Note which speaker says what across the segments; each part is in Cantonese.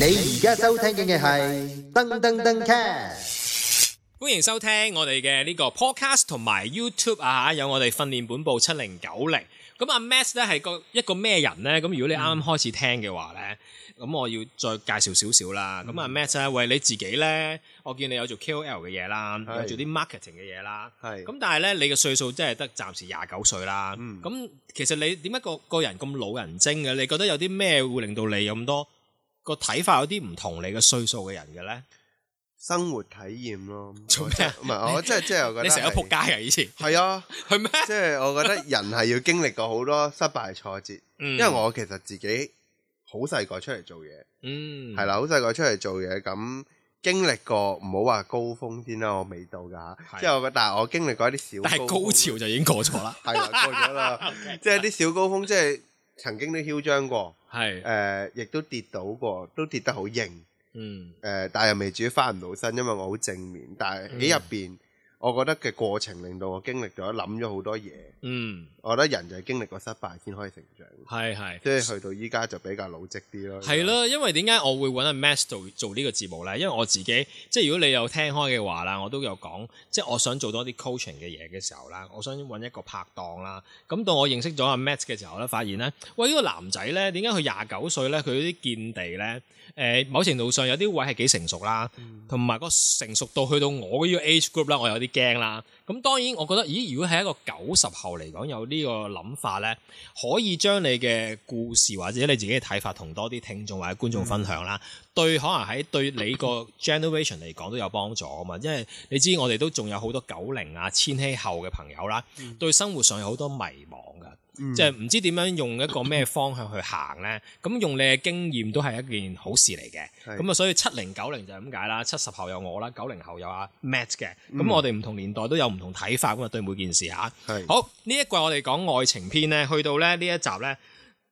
Speaker 1: 你而家收聽嘅係噔噔噔 cast，
Speaker 2: 歡迎收聽我哋嘅呢個 podcast 同埋 YouTube 啊，有我哋訓練本部七零九零。咁阿 Max 咧係個一個咩人呢？咁如果你啱啱開始聽嘅話呢，咁我要再介紹少少啦。咁
Speaker 3: 嗯
Speaker 2: 阿 Max 咧，喂你自己呢，我見你有做 KOL 嘅嘢啦，
Speaker 3: 係
Speaker 2: 有做啲 marketing 嘅嘢啦。
Speaker 3: 係
Speaker 2: 咁但係呢，你嘅歲數真係得暫時廿九歲啦。
Speaker 3: 嗯
Speaker 2: 咁、其實你點解個個人咁老人精嘅？你覺得有啲咩會令到你有咁多個睇法有啲唔同你嘅歲數嘅人嘅呢？
Speaker 3: 生活體驗 咯。
Speaker 2: 做
Speaker 3: 我
Speaker 2: 咩
Speaker 3: 真
Speaker 2: 啊
Speaker 3: 唔係我真係即係我覺得
Speaker 2: 你成日都仆街嘅以前
Speaker 3: 係啊，
Speaker 2: 係咩？
Speaker 3: 即係我覺得人係要經歷過好多失敗挫折，
Speaker 2: 因
Speaker 3: 因為我其實自己好細個出嚟做嘢，
Speaker 2: 嗯
Speaker 3: 係啦，好細個出嚟做嘢咁。經歷過唔好話高峰先啦，我未到㗎
Speaker 2: 係
Speaker 3: 即係我覺得，但係我經歷過一啲小
Speaker 2: 但係高潮就已經過咗啦。
Speaker 3: 係啦，過 咗啦，即係啲小高峰，即係曾經都囂張過，誒、
Speaker 2: 係，
Speaker 3: 亦都跌倒過，都跌得好型，
Speaker 2: 嗯
Speaker 3: 誒、呃但係又未至於翻唔到身，因為我好正面。但
Speaker 2: 嗯
Speaker 3: 係喺入邊，我覺得嘅過程令到我經歷咗諗咗好多嘢。
Speaker 2: 嗯，
Speaker 3: 我覺得人就係經歷過失敗先可以成長，
Speaker 2: 係係。
Speaker 3: 即係去到依家就比較老積啲咯。
Speaker 2: 係，咯，因為點解我會揾阿 Max 做做呢個節目呢？因為我自己即係如果你有聽開嘅話啦，我都有講，即係我想做多啲 coaching 嘅嘢嘅時候啦，我想揾一個拍檔啦。咁到我認識咗阿 Max 嘅時候呢，發現呢，喂呢、個男仔呢，點解佢廿九歲呢？佢啲見地呢，誒、某程度上有啲位係幾成熟啦，
Speaker 3: 嗯
Speaker 2: 同埋個成熟度去到我呢個 age group 啦，我有啲驚啦。咁當然，我覺得咦，如果係一個九十後嚟講有呢個諗法呢。可以將你嘅故事或者你自己嘅睇法同多啲聽眾或者觀眾分享啦，對可能喺對你個 generation 嚟講都有幫助啊嘛，因為你知我哋都仲有好多九零啊、千禧後嘅朋友啦，對生活上有好多迷茫噶，
Speaker 3: 嗯
Speaker 2: 即係唔知點樣用一個咩方向去行 呢。咁用你嘅經驗都係一件好事嚟嘅。
Speaker 3: 係
Speaker 2: 咁啊，所以七零九零就係咁解啦，七十後有我啦，九零後有阿 Matt 嘅。
Speaker 3: 嗯
Speaker 2: 咁我哋唔同年代都有唔同睇法咁啊，對每件事嚇。
Speaker 3: 係
Speaker 2: 好，呢一季我哋講愛情篇咧，去到咧呢一集咧，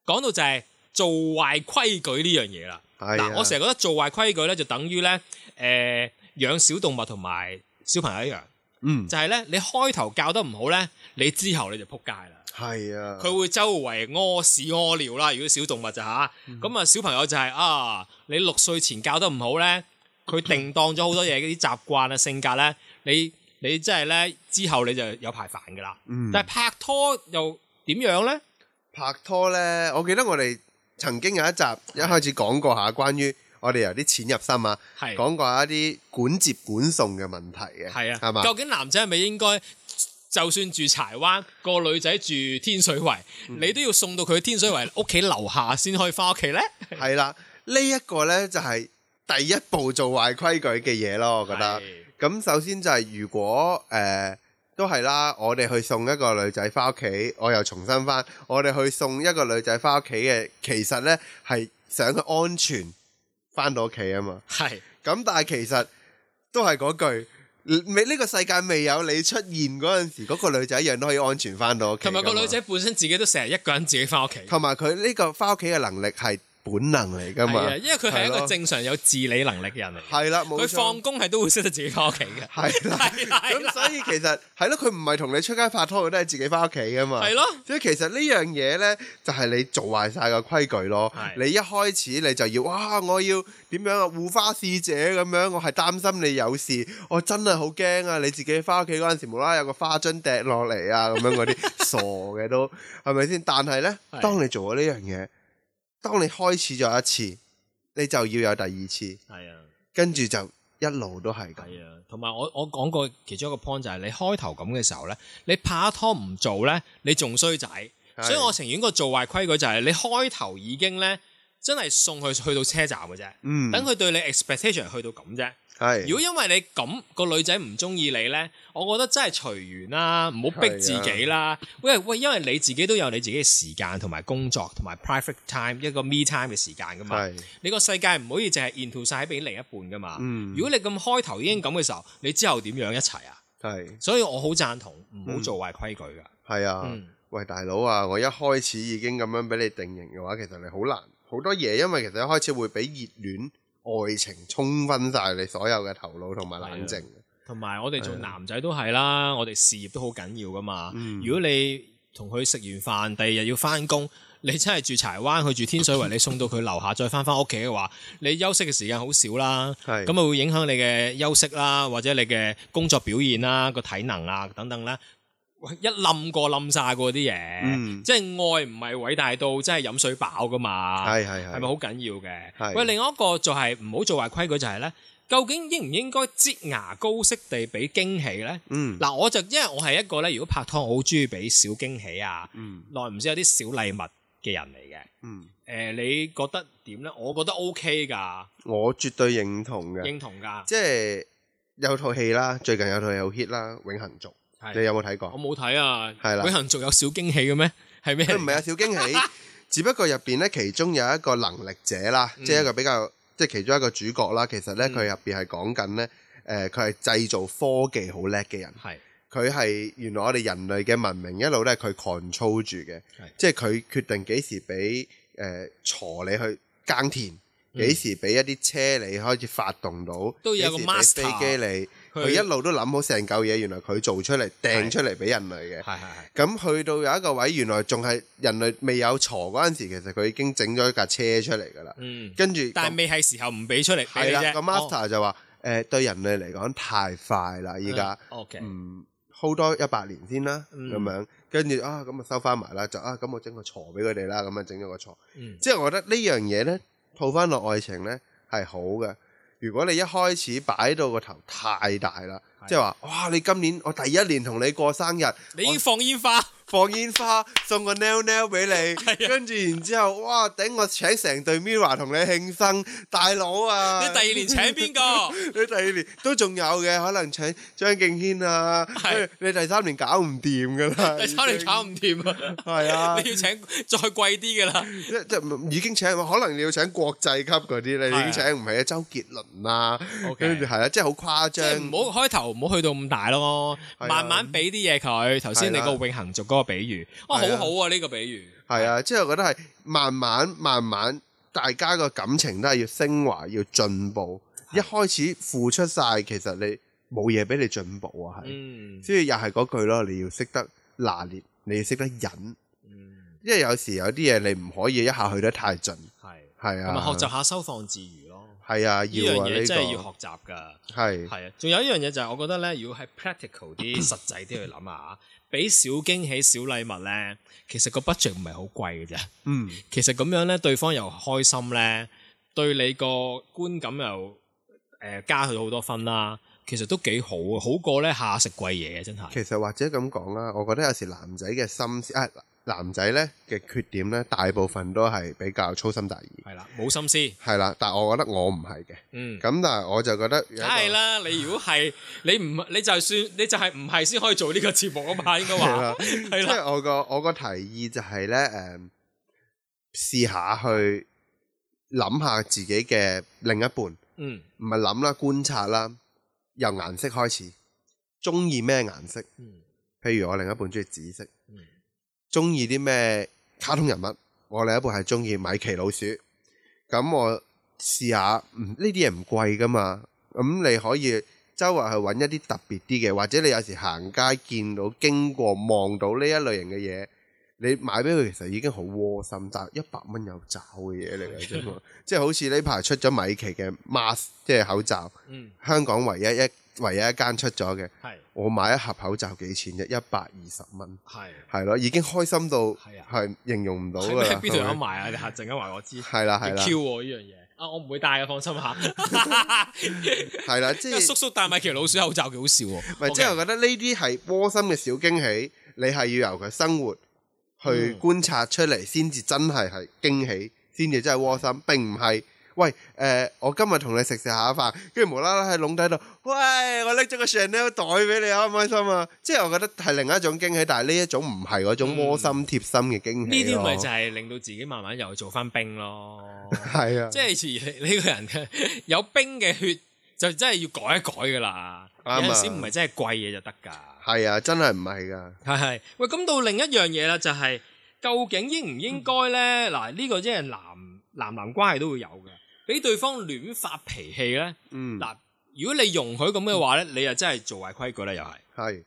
Speaker 2: 講到就係做壞規矩呢樣嘢啦。
Speaker 3: 係
Speaker 2: 嗱，
Speaker 3: 啊
Speaker 2: 我成日覺得做壞規矩咧，就等於咧誒養小動物同埋小朋友一樣，
Speaker 3: 嗯
Speaker 2: 就係咧你開頭教得唔好咧，你之後你就撲街啦。
Speaker 3: 係啊，
Speaker 2: 佢會周圍屙屎屙尿啦。如果小動物就吓，
Speaker 3: 嗯
Speaker 2: 咁啊小朋友就係、啊，你六歲前教得唔好咧，佢定當咗好多嘢啲習慣啊性格咧，你你真係咧之後你就有排煩噶啦。
Speaker 3: 嗯
Speaker 2: 但係拍拖又點樣咧？
Speaker 3: 拍拖呢，我記得我哋曾經有一集一開始講過下關於我哋由啲錢入心啊，
Speaker 2: 係
Speaker 3: 講過一啲管接管送嘅問題嘅，
Speaker 2: 係啊，
Speaker 3: 係嘛，
Speaker 2: 究竟男仔係咪應該就算住柴灣，個女仔住天水圍，
Speaker 3: 嗯
Speaker 2: 你都要送到佢天水圍屋企樓下先可以翻屋企咧？
Speaker 3: 係啦，呢一個呢，就係第一步做壞規矩嘅嘢咯，我覺得。
Speaker 2: 係
Speaker 3: 咁首先就係如果誒、呃都係啦，我哋去送一個女仔翻屋企，我又重新翻，我哋去送一個女仔翻屋企嘅，其實呢係想佢安全翻到屋企啊嘛。
Speaker 2: 係
Speaker 3: 咁但係其實都係嗰句，未呢、個世界未有你出現嗰陣時，嗰、個女仔一樣都可以安全翻到屋企。
Speaker 2: 同埋個女，仔本身自己都成日一個人自己翻屋企。
Speaker 3: 同埋佢呢個翻屋企嘅能力係本能嚟噶
Speaker 2: 係
Speaker 3: 嘛
Speaker 2: 啊，。因為佢係一
Speaker 3: 係
Speaker 2: 個
Speaker 3: 咯
Speaker 2: 正常有自理能力嘅人嚟，
Speaker 3: 係啦，冇
Speaker 2: 佢
Speaker 3: 錯
Speaker 2: 放工係都會識得自己翻屋企 嘅，
Speaker 3: 係啦，
Speaker 2: 係啦係啦
Speaker 3: 咁所以其實係咯，佢唔係同你出街拍拖，佢都係自己翻屋企噶嘛。
Speaker 2: 係咯，
Speaker 3: 所以其實呢樣嘢呢，就係、你做壞晒個規矩咯。
Speaker 2: 係
Speaker 3: 你一開始你就要哇，我要點樣啊護花使者咁樣，我係擔心你有事，我真係好驚啊！你自己翻屋企嗰陣時，無啦啦有個花樽掟落嚟啊，咁樣 嗰啲傻嘅都係咪先？但係呢，
Speaker 2: 係
Speaker 3: 當你做咗呢樣嘢，當你開始咗一次，你就要有第二次，
Speaker 2: 係啊。
Speaker 3: 跟住就一路都係咁。
Speaker 2: 係啊，同埋我我講過其中一個 point 就係你開頭咁嘅時候咧，你拍拖唔做咧，你仲衰仔。
Speaker 3: 係
Speaker 2: 所以我情願個做壞規矩就係你開頭已經咧，真係送佢去到車站嘅啫。
Speaker 3: 嗯，
Speaker 2: 等佢對你 expectation 去到咁啫。
Speaker 3: 係
Speaker 2: 如果因為你咁個女仔唔中意你咧，我覺得真係隨緣啦，唔好逼自己
Speaker 3: 啊
Speaker 2: 啦。喂喂，因為你自己都有你自己嘅時間同埋工作同埋 private time 一個 me time 嘅時間噶嘛。
Speaker 3: 係
Speaker 2: 你個世界唔可以淨係 into 晒俾另一半噶嘛。
Speaker 3: 嗯
Speaker 2: 如果你咁開頭已經咁嘅時候，你之後點樣一齊啊？
Speaker 3: 係
Speaker 2: 所以我好贊同唔好做壞規矩噶。
Speaker 3: 係嗯啊。
Speaker 2: 嗯，
Speaker 3: 喂，大佬啊！我一開始已經咁樣俾你定型嘅話，其實你好難好多嘢，因為其實一開始會俾熱戀、愛情沖昏晒你所有嘅頭腦同埋
Speaker 2: 啊
Speaker 3: 冷靜。
Speaker 2: 同埋我哋
Speaker 3: 啊
Speaker 2: 做男仔都係啦，我哋事業都好緊要噶嘛。
Speaker 3: 嗯
Speaker 2: 如果你同佢食完飯，第二日要翻工，你真係住柴灣，佢住天水圍，你送到佢樓下再翻翻屋企嘅話，你休息嘅時間好少啦。
Speaker 3: 係
Speaker 2: 咁啊會影響你嘅休息啦，或者你嘅工作表現啦、個體能啊等等啦。喂一冧過冧晒嗰啲嘢，
Speaker 3: 嗯
Speaker 2: 即係愛唔係偉大到真係飲水飽噶嘛？
Speaker 3: 係係係
Speaker 2: 係咪好緊要嘅？
Speaker 3: 係
Speaker 2: 喂，另外一個就係唔好做壞規矩，就係咧，究竟應唔應該擠牙膏式地俾驚喜咧？
Speaker 3: 嗯
Speaker 2: 嗱，我就因為我係一個咧，如果拍拖我好中意俾小驚喜啊，
Speaker 3: 嗯
Speaker 2: 耐唔少有啲小禮物嘅人嚟嘅。
Speaker 3: 嗯，
Speaker 2: 誒、你覺得點咧？我覺得 OK 㗎，
Speaker 3: 我絕對認同嘅，
Speaker 2: 認同㗎。
Speaker 3: 即係有套戲啦，最近有套戲好 hit 啦，《永恆族》，你
Speaker 2: 係，
Speaker 3: 有冇睇過
Speaker 2: 我？冇睇啊。
Speaker 3: 係啦
Speaker 2: 永恆族有小驚喜嘅咩？係咩嚟
Speaker 3: 佢
Speaker 2: 㗎？
Speaker 3: 唔係有啊小驚喜，只不過入邊咧其中有一個能力者啦，
Speaker 2: 嗯
Speaker 3: 即係一個比較即係其中一個主角啦。其實咧
Speaker 2: 嗯
Speaker 3: 佢入邊係講緊咧，誒佢係製造科技好叻嘅人，
Speaker 2: 係
Speaker 3: 佢係原來我哋人類嘅文明一路都係佢 control 住嘅
Speaker 2: 係，
Speaker 3: 即係佢決定幾時俾誒鋤你去耕田。
Speaker 2: 嗯
Speaker 3: 幾時俾一啲車你開始發動到？
Speaker 2: 都有個
Speaker 3: 幾時俾
Speaker 2: master
Speaker 3: 飛機你，佢一路都諗好成嚿嘢，原來佢做出嚟掟出嚟俾人類嘅
Speaker 2: 係。係係
Speaker 3: 咁去到有一個位，原來仲係人類未有鋤嗰陣時，其實佢已經整咗一架車出嚟㗎啦。
Speaker 2: 嗯，
Speaker 3: 跟住
Speaker 2: 但係未係時候唔俾出嚟俾
Speaker 3: 係
Speaker 2: 你
Speaker 3: 啦，
Speaker 2: 啫。哦
Speaker 3: 個 master 就話：誒對人類嚟講太快啦，依家
Speaker 2: 哦 OK
Speaker 3: 唔 hold 多一百年先啦，
Speaker 2: 嗯
Speaker 3: 咁樣跟住啊，咁啊收翻埋啦，就啊咁我整個鋤俾佢哋啦，咁啊整咗個鋤。
Speaker 2: 嗯
Speaker 3: 即係我覺得呢樣嘢呢，套翻落愛情呢係好嘅。如果你一開始擺到個頭太大啦，
Speaker 2: 係
Speaker 3: 即係話哇，你今年我第一年同你過生日，
Speaker 2: 你已經放煙花，
Speaker 3: 放煙花，送個 nail nail 俾
Speaker 2: 啊
Speaker 3: 你，跟住然之後，哇！頂我請成隊 Mirror 同你慶生，大佬啊！
Speaker 2: 你第二年請邊個？
Speaker 3: 你第二年都仲有嘅，可能請張敬軒啊
Speaker 2: 係，
Speaker 3: 你第三年搞唔掂噶啦，
Speaker 2: 第三年搞唔掂 啊！
Speaker 3: 係啊
Speaker 2: 你要請再貴啲嘅啦。
Speaker 3: 已經即嗯即已經請，可能你要請國際級嗰啲咧，你已經請唔起啊，周杰倫啊，
Speaker 2: OK
Speaker 3: 跟住係啊，即係好誇
Speaker 2: 即
Speaker 3: 張，
Speaker 2: 係唔好開頭唔好去到咁大咯，
Speaker 3: 係啊
Speaker 2: 慢慢俾啲嘢佢。頭先你個永恆族嗰個比喻，哦，好
Speaker 3: 係啊
Speaker 2: 好啊呢個比喻，
Speaker 3: 係啊，即係我覺得係慢慢慢慢，大家個感情都係要升華，要進步。一開始付出晒，其實你冇嘢俾你進步啊，係。
Speaker 2: 嗯，
Speaker 3: 所以又係嗰句咯，你要識得拿捏，你要識得忍，
Speaker 2: 嗯
Speaker 3: 因為有時有啲嘢你唔可以一下去得太盡，
Speaker 2: 係
Speaker 3: 係
Speaker 2: 同埋
Speaker 3: 啊。
Speaker 2: 學習下收放自如咯。
Speaker 3: 係啊，
Speaker 2: 呢樣
Speaker 3: 要啊呢
Speaker 2: 嘢真係要
Speaker 3: 個
Speaker 2: 學習㗎。
Speaker 3: 係
Speaker 2: 係啊，仲有一樣嘢就係我覺得咧，如果係 practical 啲、 實際啲去諗下，俾小驚喜、小禮物咧，其實個 budget 唔係好貴嘅啫。
Speaker 3: 嗯
Speaker 2: 其實咁樣咧，對方又開心咧，對你個觀感又誒、呃加佢好多分啦。其實都幾好啊，好過咧下食貴嘢真係。
Speaker 3: 其實或者咁講啦，我覺得有時男仔嘅心思啊，男仔呢嘅缺點呢，大部分都係比較粗心大意，
Speaker 2: 係啦，冇心思。
Speaker 3: 係啦。但我覺得我唔係嘅，
Speaker 2: 嗯，
Speaker 3: 咁但係我就覺得有一個
Speaker 2: 梗係 啦。你如果係你唔你就算你就係唔係先可以做呢個節目啊 嘛，應該
Speaker 3: 係
Speaker 2: 話
Speaker 3: 啦
Speaker 2: 係
Speaker 3: 即
Speaker 2: 啦。
Speaker 3: 係我個我個提議就係咧，誒、試下去諗下自己嘅另一半，唔
Speaker 2: 嗯，
Speaker 3: 係諗啦，觀察啦，由顏色開始，中意咩顏色？
Speaker 2: 嗯
Speaker 3: 譬如我另一半中意紫色
Speaker 2: 嗯，
Speaker 3: 中意啲咩卡通人物？我另一半係中意米奇老鼠，咁我試下，唔呢啲嘢唔貴噶嘛，咁你可以周圍去揾一啲特別啲嘅，或者你有時行街見到經過望到呢一類型嘅嘢，你買俾佢其實已經好窩心，但一百蚊有找嘅嘢嚟嘅啫嘛，即係好似呢排出咗米奇嘅 mask 即係口罩，
Speaker 2: 嗯，
Speaker 3: 香港唯一一唯一一間出咗嘅。
Speaker 2: 係
Speaker 3: 我買一盒口罩幾錢啫？一百二十蚊，
Speaker 2: 係。
Speaker 3: 係咯，已經開心到
Speaker 2: 係啊
Speaker 3: 係形容唔到
Speaker 2: 係
Speaker 3: 㗎
Speaker 2: 咩
Speaker 3: 啦。
Speaker 2: 邊度有
Speaker 3: 係
Speaker 2: 得
Speaker 3: 咪
Speaker 2: 賣啊？你下陣間話我知。
Speaker 3: 係啦係
Speaker 2: 你
Speaker 3: 啦
Speaker 2: Q 我呢樣嘢啊！我唔會戴嘅，放心下。
Speaker 3: 係啦， 即
Speaker 2: 叔
Speaker 3: 係
Speaker 2: 叔戴米奇老鼠口罩幾好笑
Speaker 3: 唔係
Speaker 2: 喎。
Speaker 3: 即係我覺得呢啲係窩心嘅小驚喜，你係要由佢生活去
Speaker 2: 嗯
Speaker 3: 觀察出嚟，先至真係係驚喜，先至真係窩心，並唔係。喂，誒、我今日同你食食下飯，跟住無啦啦喺籠底度，喂，我拎咗個 Chanel 袋俾你，開唔開心啊？即係我覺得係另一種驚喜，但係呢一種唔係嗰種窩心貼心嘅驚
Speaker 2: 嗯呢
Speaker 3: 喜
Speaker 2: 啲
Speaker 3: 咯。
Speaker 2: 咪就係令到自己慢慢又做翻冰 咯。
Speaker 3: 係啊，
Speaker 2: 即係而呢個人嘅有冰嘅血，就真係要改一改噶啦。有
Speaker 3: 啱啊
Speaker 2: 陣時唔係真係貴嘢就得㗎。
Speaker 3: 係啊，真係唔係㗎。
Speaker 2: 係係，喂，咁到另一樣嘢啦，就係究竟應唔應該咧？嗱，呢個即係男男男關係都會有嘅，俾對方亂發脾氣咧。
Speaker 3: 嗯，
Speaker 2: 嗱，如果你容許咁嘅話咧，你又真係做壞規矩啦，又係。
Speaker 3: 係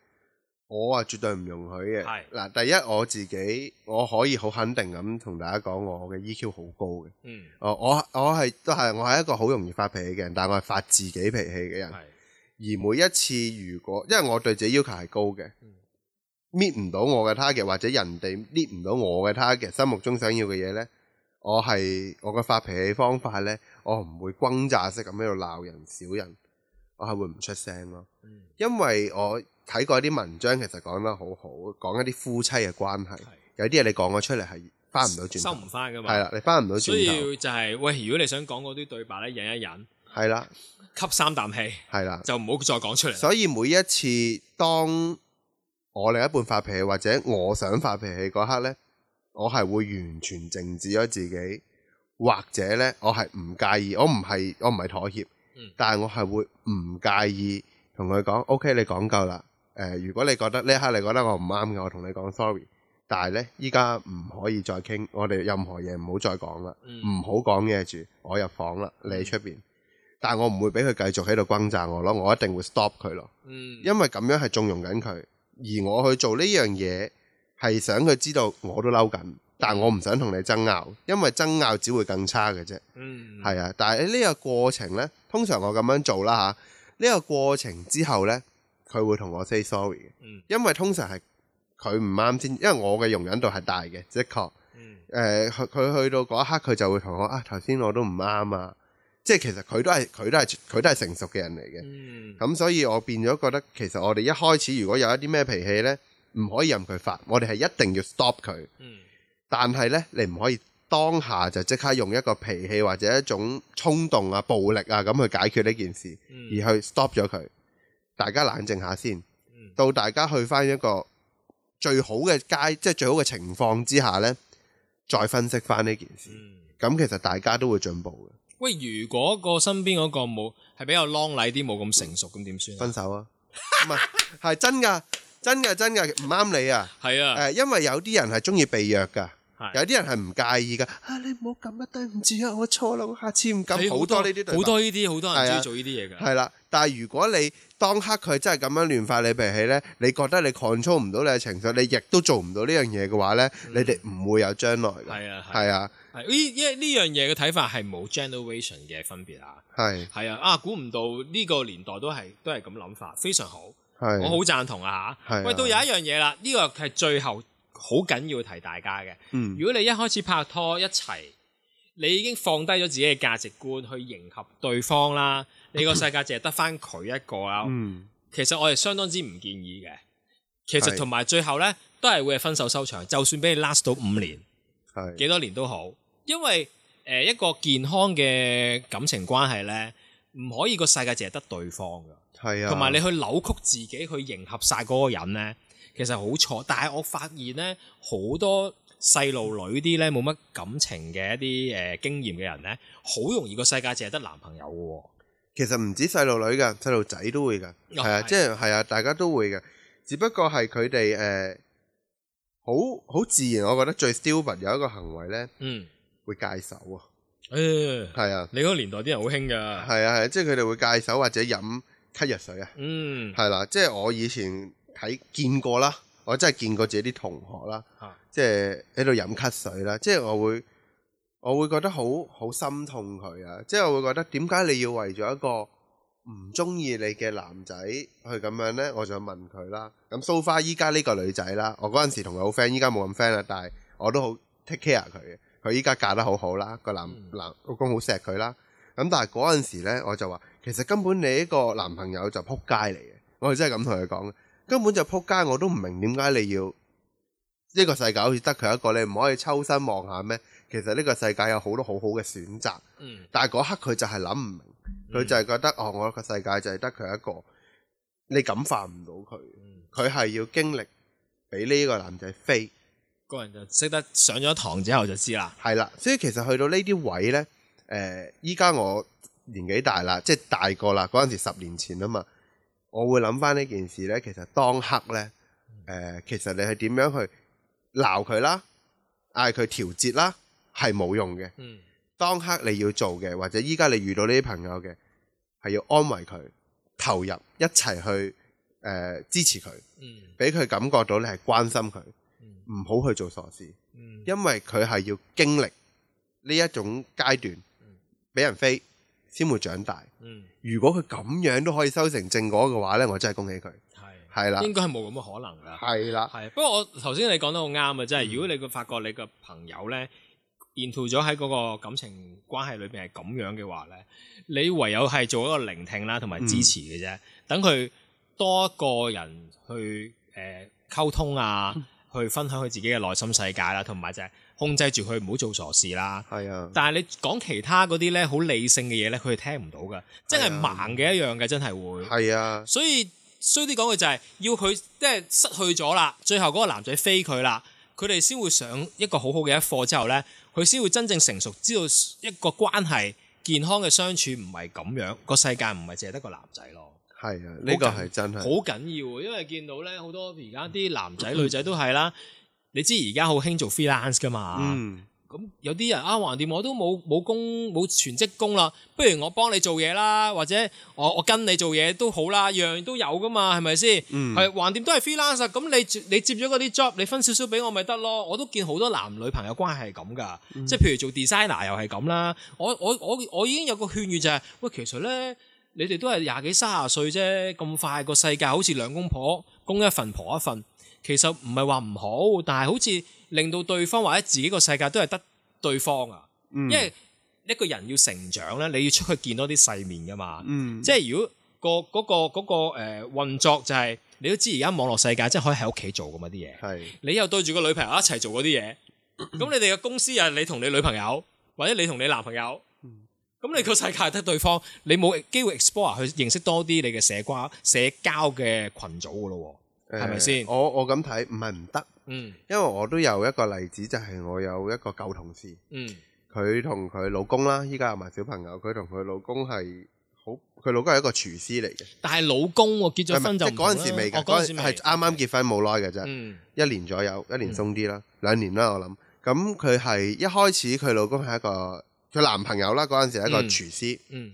Speaker 3: 我啊絕對唔容許嘅。
Speaker 2: 係
Speaker 3: 嗱，第一我自己我可以好肯定咁同大家講，我嘅 EQ 好高嘅。
Speaker 2: 嗯，
Speaker 3: 哦，我我係都係我係一個好容易發脾氣嘅人，但係我係發自己脾氣嘅人。
Speaker 2: 係
Speaker 3: 而每一次如果因為我對自己要求係高嘅
Speaker 2: 嗯，
Speaker 3: 搣唔到我嘅 target 或者人哋搣唔到我嘅 target，心目中想要嘅嘢呢，我係我嘅發脾氣方法呢，我唔會轟炸式咁喺度鬧人、小人，我係會唔出聲咯。
Speaker 2: 嗯
Speaker 3: 因為我睇過啲文章，其實講得好好，講一啲夫妻嘅關係，
Speaker 2: 係
Speaker 3: 有啲嘢你講咗出嚟係翻唔到轉
Speaker 2: 收
Speaker 3: 頭，
Speaker 2: 唔翻噶嘛。
Speaker 3: 係啦，你翻唔到
Speaker 2: 所以
Speaker 3: 轉頭，
Speaker 2: 就係、喂，如果你想講嗰啲對白咧，忍一忍，
Speaker 3: 係啦，
Speaker 2: 吸三啖氣，
Speaker 3: 係啦。
Speaker 2: 就唔好再講出嚟啦。
Speaker 3: 所以每一次當我另一半發脾氣或者我想發脾氣嗰刻呢，我係會完全靜止咗自己，或者呢，我係唔介意，我唔係我唔係妥協，
Speaker 2: 嗯
Speaker 3: 但係我係會唔介意同佢講，OK，你講夠啦。誒、如果你覺得呢一刻你覺得我唔啱嘅，我同你講 sorry。但係呢，依家唔可以再傾，我哋任何嘢唔好再講啦，
Speaker 2: 嗯
Speaker 3: 唔好講嘢住，我入房啦，你出邊。但係我唔會俾佢繼續喺度轟炸我咯，我一定會 stop 佢咯。
Speaker 2: 嗯，
Speaker 3: 因為咁樣係縱容緊佢，而我去做呢樣嘢係想佢知道我都嬲緊，但我唔想同你爭拗，因為爭拗只會更差嘅啫。
Speaker 2: 嗯
Speaker 3: 係啊，但係呢個過程呢，通常我咁樣做啦嚇，呢、個過程之後呢，佢會同我 say sorry 嘅，
Speaker 2: 嗯
Speaker 3: 因為通常係佢唔啱先，因為我嘅容忍度係大嘅，的確。
Speaker 2: 嗯
Speaker 3: 誒、呃佢佢去到嗰一刻，佢就會同我啊，頭先我都唔啱啊，即係其實佢都係佢都係佢都係成熟嘅人嚟嘅。
Speaker 2: 嗯
Speaker 3: 咁所以我變咗覺得，其實我哋一開始如果有一啲咩脾氣呢，唔可以任佢發，我哋係一定要 stop 佢。
Speaker 2: 嗯
Speaker 3: 但係呢，你唔可以當下就即刻用一個脾氣或者一種衝動啊、暴力啊咁去解決呢件事，
Speaker 2: 嗯
Speaker 3: 而去 stop 咗佢。大家冷靜下先，
Speaker 2: 嗯
Speaker 3: 到大家去翻一個最好嘅階，即係最好嘅情況之下呢，再分析翻呢件事。
Speaker 2: 嗯
Speaker 3: 咁其實大家都會進步嘅，
Speaker 2: 喂，如果個身邊嗰個冇係比較 long 禮啲，冇咁成熟，咁點算啊？
Speaker 3: 分手啊，唔係係真㗎，真㗎真㗎，唔啱你啊！
Speaker 2: 係
Speaker 3: 誒、
Speaker 2: 啊，
Speaker 3: 因為有啲人係中意被虐㗎，有
Speaker 2: 係
Speaker 3: 啲人係唔介意㗎。啊，你唔好咁啊，對唔住啊，我錯啦，我下次唔敢。
Speaker 2: 係
Speaker 3: 好多呢啲對白
Speaker 2: 好多呢啲，好多人
Speaker 3: 係
Speaker 2: 中
Speaker 3: 啊
Speaker 2: 意做呢啲嘢㗎。
Speaker 3: 係啦。但係如果你當刻佢真係咁樣亂發你脾氣呢，你覺得你 control 唔到你嘅情緒，你亦都做唔到呢樣嘢嘅話呢，你哋唔會有將來㗎。
Speaker 2: 嗯係啊，係啊
Speaker 3: 係啊，
Speaker 2: 係呢一呢樣嘢嘅睇法係冇 generation 嘅分別啊。
Speaker 3: 係
Speaker 2: 係啊，啊估唔到呢個年代都係都係咁諗法，非常好，我好
Speaker 3: 係
Speaker 2: 贊同啊
Speaker 3: 係
Speaker 2: 嚇。
Speaker 3: 啊
Speaker 2: 喂，到有一樣嘢啦，呢個係最後好緊要提大家嘅。
Speaker 3: 嗯
Speaker 2: 如果你一開始拍拖一齊，你已經放低咗自己嘅價值觀去迎合對方 啦，你個世界淨係得翻佢一個啦。
Speaker 3: 嗯
Speaker 2: 其實我係相當之唔建議嘅。其實
Speaker 3: 係
Speaker 2: 同埋最後呢，都係會係分手收場。就算俾你 last 到五年，
Speaker 3: 係
Speaker 2: 幾多年都好，因為誒、呃一個健康嘅感情關係呢，唔可以個世界淨係得對方噶。
Speaker 3: 係啊，
Speaker 2: 同埋你去扭曲自己去迎合晒嗰個人呢，其實好錯。但係我發現呢，好多細路女啲呢，冇乜感情嘅一啲誒、呃、經驗嘅人呢，好容易個世界淨係得男朋友嘅
Speaker 3: 其實唔止細路女㗎，細路仔都會㗎，
Speaker 2: 喎。哦
Speaker 3: 係啊，即係係啊，大家都會嘅。只不過係佢哋誒好好自然，我覺得最 stupid 有一個行為呢。
Speaker 2: 嗯
Speaker 3: 會戒手啊，
Speaker 2: 誒，
Speaker 3: 係啊，
Speaker 2: 你嗰個年代啲人好興㗎。
Speaker 3: 係啊，係啊，即係佢哋會戒手或者飲咳藥水啊，
Speaker 2: 嗯，
Speaker 3: 係啦，即係我以前睇見過啦，我真係見過自己啲同學啦
Speaker 2: 啊，
Speaker 3: 即係喺度飲咳水啦，即係我會我會覺得好好心痛佢啊，即係我會覺得點解你要為咗一個唔中意你嘅男仔去咁樣呢？我就問佢啦。咁 so far 依家呢個女仔啦，我嗰陣時同佢好 friend，依家冇咁 friend 啦，但係我都好 take care 佢嘅。佢依家嫁得好好啦，個男
Speaker 2: 嗯
Speaker 3: 男老公好錫佢啦。咁但係嗰陣時呢，我就話其實根本你呢個男朋友就撲街嚟嘅，我係真係咁同佢講嘅，根本就撲街，我都唔明點解你要呢個世界好似得佢一個，你唔可以抽身望下咩？其實呢個世界有好多好好嘅選擇，
Speaker 2: 嗯，
Speaker 3: 但係嗰刻佢就係諗唔明，佢就係覺得哦，我個世界就係得佢一個，你感化唔到佢，
Speaker 2: 嗯
Speaker 3: 佢係要經歷俾呢個男仔飛。
Speaker 2: 個人就識得上咗堂之後就知啦。
Speaker 3: 係啦，所以其實去到呢啲位呢，誒、依家我年紀大啦，即係大個啦，嗰陣時十年前啊嘛，我會諗翻呢件事呢。其實當刻呢，誒、其實你係點樣去鬧佢啦，嗌佢調節啦，係冇用嘅。
Speaker 2: 嗯
Speaker 3: 當刻你要做嘅，或者依家你遇到呢啲朋友嘅，係要安慰佢，投入一齊去呃支持佢，
Speaker 2: 嗯
Speaker 3: 俾佢感覺到你係關心佢，
Speaker 2: 嗯
Speaker 3: 唔好去做傻事，
Speaker 2: 嗯
Speaker 3: 因為佢係要經歷呢一種階段
Speaker 2: 嗯，
Speaker 3: 俾人飛先會長大。
Speaker 2: 嗯
Speaker 3: 如果佢咁樣都可以修成正果嘅話呢，我真係恭喜佢。
Speaker 2: 係
Speaker 3: 係啦，
Speaker 2: 應該係冇咁嘅可能㗎。
Speaker 3: 係啦，
Speaker 2: 係，不過我頭先你講得好啱啊，即係如果你個發覺你個朋友咧 into 咗喺嗰個感情關係裏邊係咁樣嘅話咧，你唯有係做一個聆聽啦，同埋支持嘅啫，等佢多一個人去誒溝、通啊，去分享佢自己嘅內心世界啦，同埋就係控制住佢唔好做傻事啦。
Speaker 3: 係啊，
Speaker 2: 但係你講其他嗰啲咧，好理性嘅嘢咧，佢係聽唔到噶，真係盲嘅一樣嘅，真係會。
Speaker 3: 係啊，
Speaker 2: 所以衰啲講句就係要佢即係失去咗啦，最後嗰個男仔飛佢啦，佢哋先會上一個好好嘅一課之後呢，佢先會真正成熟，知道一個關係健康嘅相處唔係咁樣，個世界唔係淨係得個男仔咯。
Speaker 3: 係啊，呢個係真
Speaker 2: 好
Speaker 3: 係。
Speaker 2: 緊要，因為見到呢好多而家啲男仔女仔都係啦，你知而家好興做 freelance 噶嘛。
Speaker 3: 嗯，
Speaker 2: 咁有啲人啊，橫掂我都冇冇工冇全職工啦，不如我幫你做嘢啦，或者我我跟你做嘢都好啦，樣樣都有噶嘛，係咪先？
Speaker 3: 嗯
Speaker 2: 係橫掂都係 freelance，啊咁你接你接咗嗰啲 job，你分少少俾我咪得咯。我都見好多男女朋友關係係咁噶，即係譬如做 designer 又係咁啦。我我我我已經有個勸喻就係、喂，其實咧你哋都係廿幾三十歲啫，咁快個世界好似兩公婆公一份婆一份。其實唔係話唔好，但係好似令到對方或者自己個世界都係得對方啊。
Speaker 3: 因
Speaker 2: 因為一個人要成長咧，你要出去見多啲世面噶嘛。
Speaker 3: 嗯，
Speaker 2: 即係如果個嗰、個嗰、個誒、呃、運作就係、你都知而家網絡世界即係可以喺屋企做噶嘛啲嘢，
Speaker 3: 係
Speaker 2: 你又對住個女朋友一齊做嗰啲 嘢，咁你哋嘅公司又係你同你女朋友或者你同你男朋友。
Speaker 3: 嗯
Speaker 2: 咁你個世界係得對方，你冇機會 explore 去認識多啲你嘅社瓜社交嘅群組噶咯喎，係咪
Speaker 3: 誒
Speaker 2: 先？
Speaker 3: 呃我我咁睇唔係唔得，
Speaker 2: 嗯
Speaker 3: 因為我都有一個例子，就係我有一個舊同事，
Speaker 2: 嗯。
Speaker 3: 佢同佢老公啦，依家有埋小朋友，佢同佢老公係好，佢老公係一個廚師嚟嘅，
Speaker 2: 但係老公喎，結咗
Speaker 3: 唔係
Speaker 2: 婚就
Speaker 3: 即係嗰
Speaker 2: 陣
Speaker 3: 陣時未
Speaker 2: 嘅，
Speaker 3: 嘅，
Speaker 2: 哦嗰
Speaker 3: 嗰
Speaker 2: 陣
Speaker 3: 陣
Speaker 2: 時
Speaker 3: 時
Speaker 2: 未
Speaker 3: 係啱啱結婚冇耐嘅啫。
Speaker 2: 嗯
Speaker 3: 一年左右，一年鬆啲啦，兩年啦，我諗。咁佢係一開始佢老公係一個佢男朋友啦，嗰陣時係一個
Speaker 2: 嗯
Speaker 3: 廚師。誒、
Speaker 2: 嗯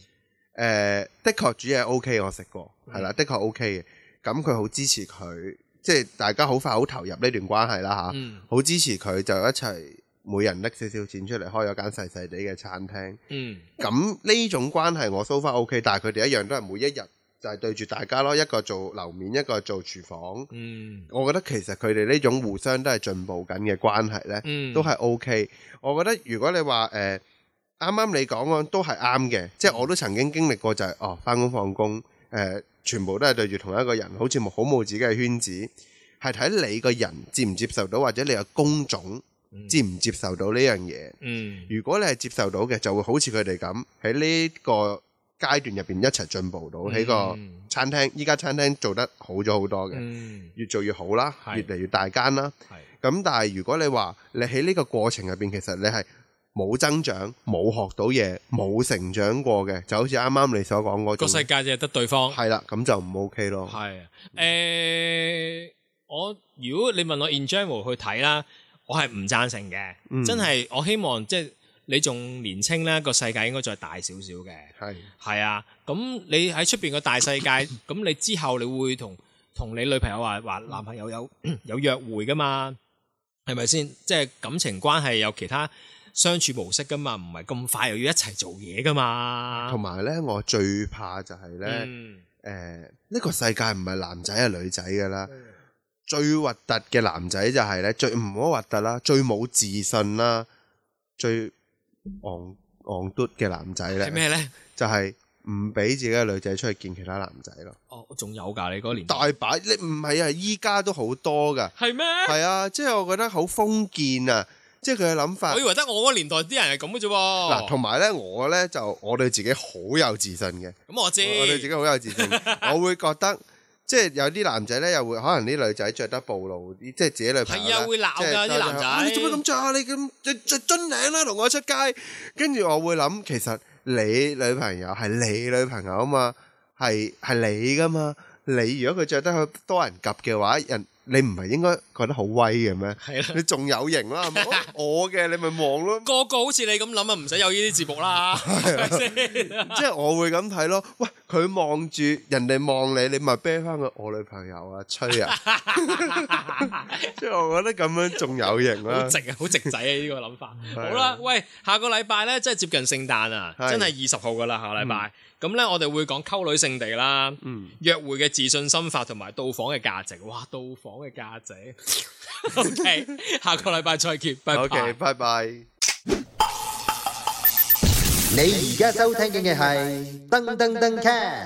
Speaker 3: 的確煮嘢 O K，我食過，係啦，的確 O K 嘅。咁佢好支持佢，即係大家好快好投入呢段關係啦吓，
Speaker 2: 嗯
Speaker 3: 好、支持佢就一齊每人拎少少錢出嚟開咗間細細地嘅餐廳。
Speaker 2: 嗯
Speaker 3: 咁呢種關係我 so far O K，但係佢哋一樣都係每一日就係對住大家咯，一個做樓面，一個做廚房。
Speaker 2: 嗯
Speaker 3: 我覺得其實佢哋呢種互相都係進步緊嘅關係呢，
Speaker 2: 嗯，
Speaker 3: 都係 O K。我覺得如果你話誒，呃啱啱你講嘅都係啱嘅，即
Speaker 2: 嗯
Speaker 3: 係我都曾經經歷過就係、哦，翻工放工誒，全部都係對住同一個人，好似冇好冇自己嘅圈子，係睇你個人接唔接受到，或者你嘅工種
Speaker 2: 嗯
Speaker 3: 接唔接受到呢樣嘢。
Speaker 2: 嗯
Speaker 3: 如果你係接受到嘅，就會好似佢哋咁喺呢個階段入邊一齊進步到喺個
Speaker 2: 嗯
Speaker 3: 餐廳。依家餐廳做得好咗好多嘅。
Speaker 2: 嗯
Speaker 3: 越做越好啦，
Speaker 2: 係
Speaker 3: 越嚟越大間啦。
Speaker 2: 係
Speaker 3: 咁但係如果你話你喺呢個過程入邊，其實你係冇增長、冇學到嘢、冇成長過嘅，就好似啱啱你所講嗰
Speaker 2: 個
Speaker 3: 種，
Speaker 2: 世界就係得對方
Speaker 3: 係啦，咁就唔 OK 咯。
Speaker 2: 係誒，我如果你問我 in general 去睇啦，我係唔贊成嘅，
Speaker 3: 嗯
Speaker 2: 真係我希望即係你仲年青啦，個世界應該再大少少嘅。
Speaker 3: 係
Speaker 2: 係啊，咁你喺出邊個大世界，咁你之後你會同同你女朋友話話男朋友有 有約會噶嘛？係咪先？即係感情關係有其他相處模式噶嘛？唔係咁快又要一齊做嘢噶嘛？
Speaker 3: 同埋呢，我最怕就係呢，誒呢、
Speaker 2: 嗯嗯
Speaker 3: 個世界唔係男仔係女仔噶啦。最核突嘅男仔就係呢，最唔好核突啦，最冇自信啦，最昂昂嘟嘅男仔呢
Speaker 2: 係。咩咧？
Speaker 3: 就係唔俾自己嘅女仔出去見其他男仔咯。
Speaker 2: 哦，仲有㗎，你嗰個年代
Speaker 3: 大把你唔係啊，依家都好多 噶，
Speaker 2: 係咩？
Speaker 3: 係啊，即係我覺得好封建啊，即係佢嘅諗法
Speaker 2: 我以。為得我嗰個年代啲人係咁嘅啫
Speaker 3: 嗱，
Speaker 2: 喎。
Speaker 3: 同埋呢，我呢就我對自己好有自信嘅，
Speaker 2: 咁我知，
Speaker 3: 我我對自己好有自信， 我會覺得。即係有啲男仔呢，又會可能啲女仔着得暴露啲，即係自己女朋友
Speaker 2: 係啊
Speaker 3: 呢
Speaker 2: 會鬧㗎
Speaker 3: 即係
Speaker 2: 啲男仔
Speaker 3: 啊你做乜咁着啊？你咁着着樽領啦，同我出街。跟住我會諗，其實你女朋友係你女朋友啊嘛，係係你噶嘛。你如果佢着得去多人及嘅話，人你唔係應該覺得好威嘅咩？
Speaker 2: 係啦，
Speaker 3: 你仲有型啦，係咪哦我嘅你咪望咯。
Speaker 2: 個
Speaker 3: 啊
Speaker 2: 個好似你咁諗啊，唔使有呢啲節目啦，係咪先？
Speaker 3: 即係我會咁睇咯。喂，佢佢望住人哋望你，你咪啤翻佢我女朋友啊，吹啊！即係我覺得咁樣仲有型
Speaker 2: 好
Speaker 3: 啦。
Speaker 2: 直啊，好直仔啊！呢個諗法。
Speaker 3: 係啊
Speaker 2: 好啦，喂，下個禮拜咧，即係接近聖誕啊，
Speaker 3: 係
Speaker 2: 真係二十號噶啦，下個禮拜。咁咧，我哋會講溝女聖地啦，
Speaker 3: 嗯，
Speaker 2: 約會嘅自信心法同埋到訪嘅價值。哇，到訪嘅價值。OK，下個禮拜再見，拜
Speaker 3: OK，
Speaker 2: 拜。
Speaker 3: 拜拜。
Speaker 1: 你而家收聽嘅係噔噔噔 c a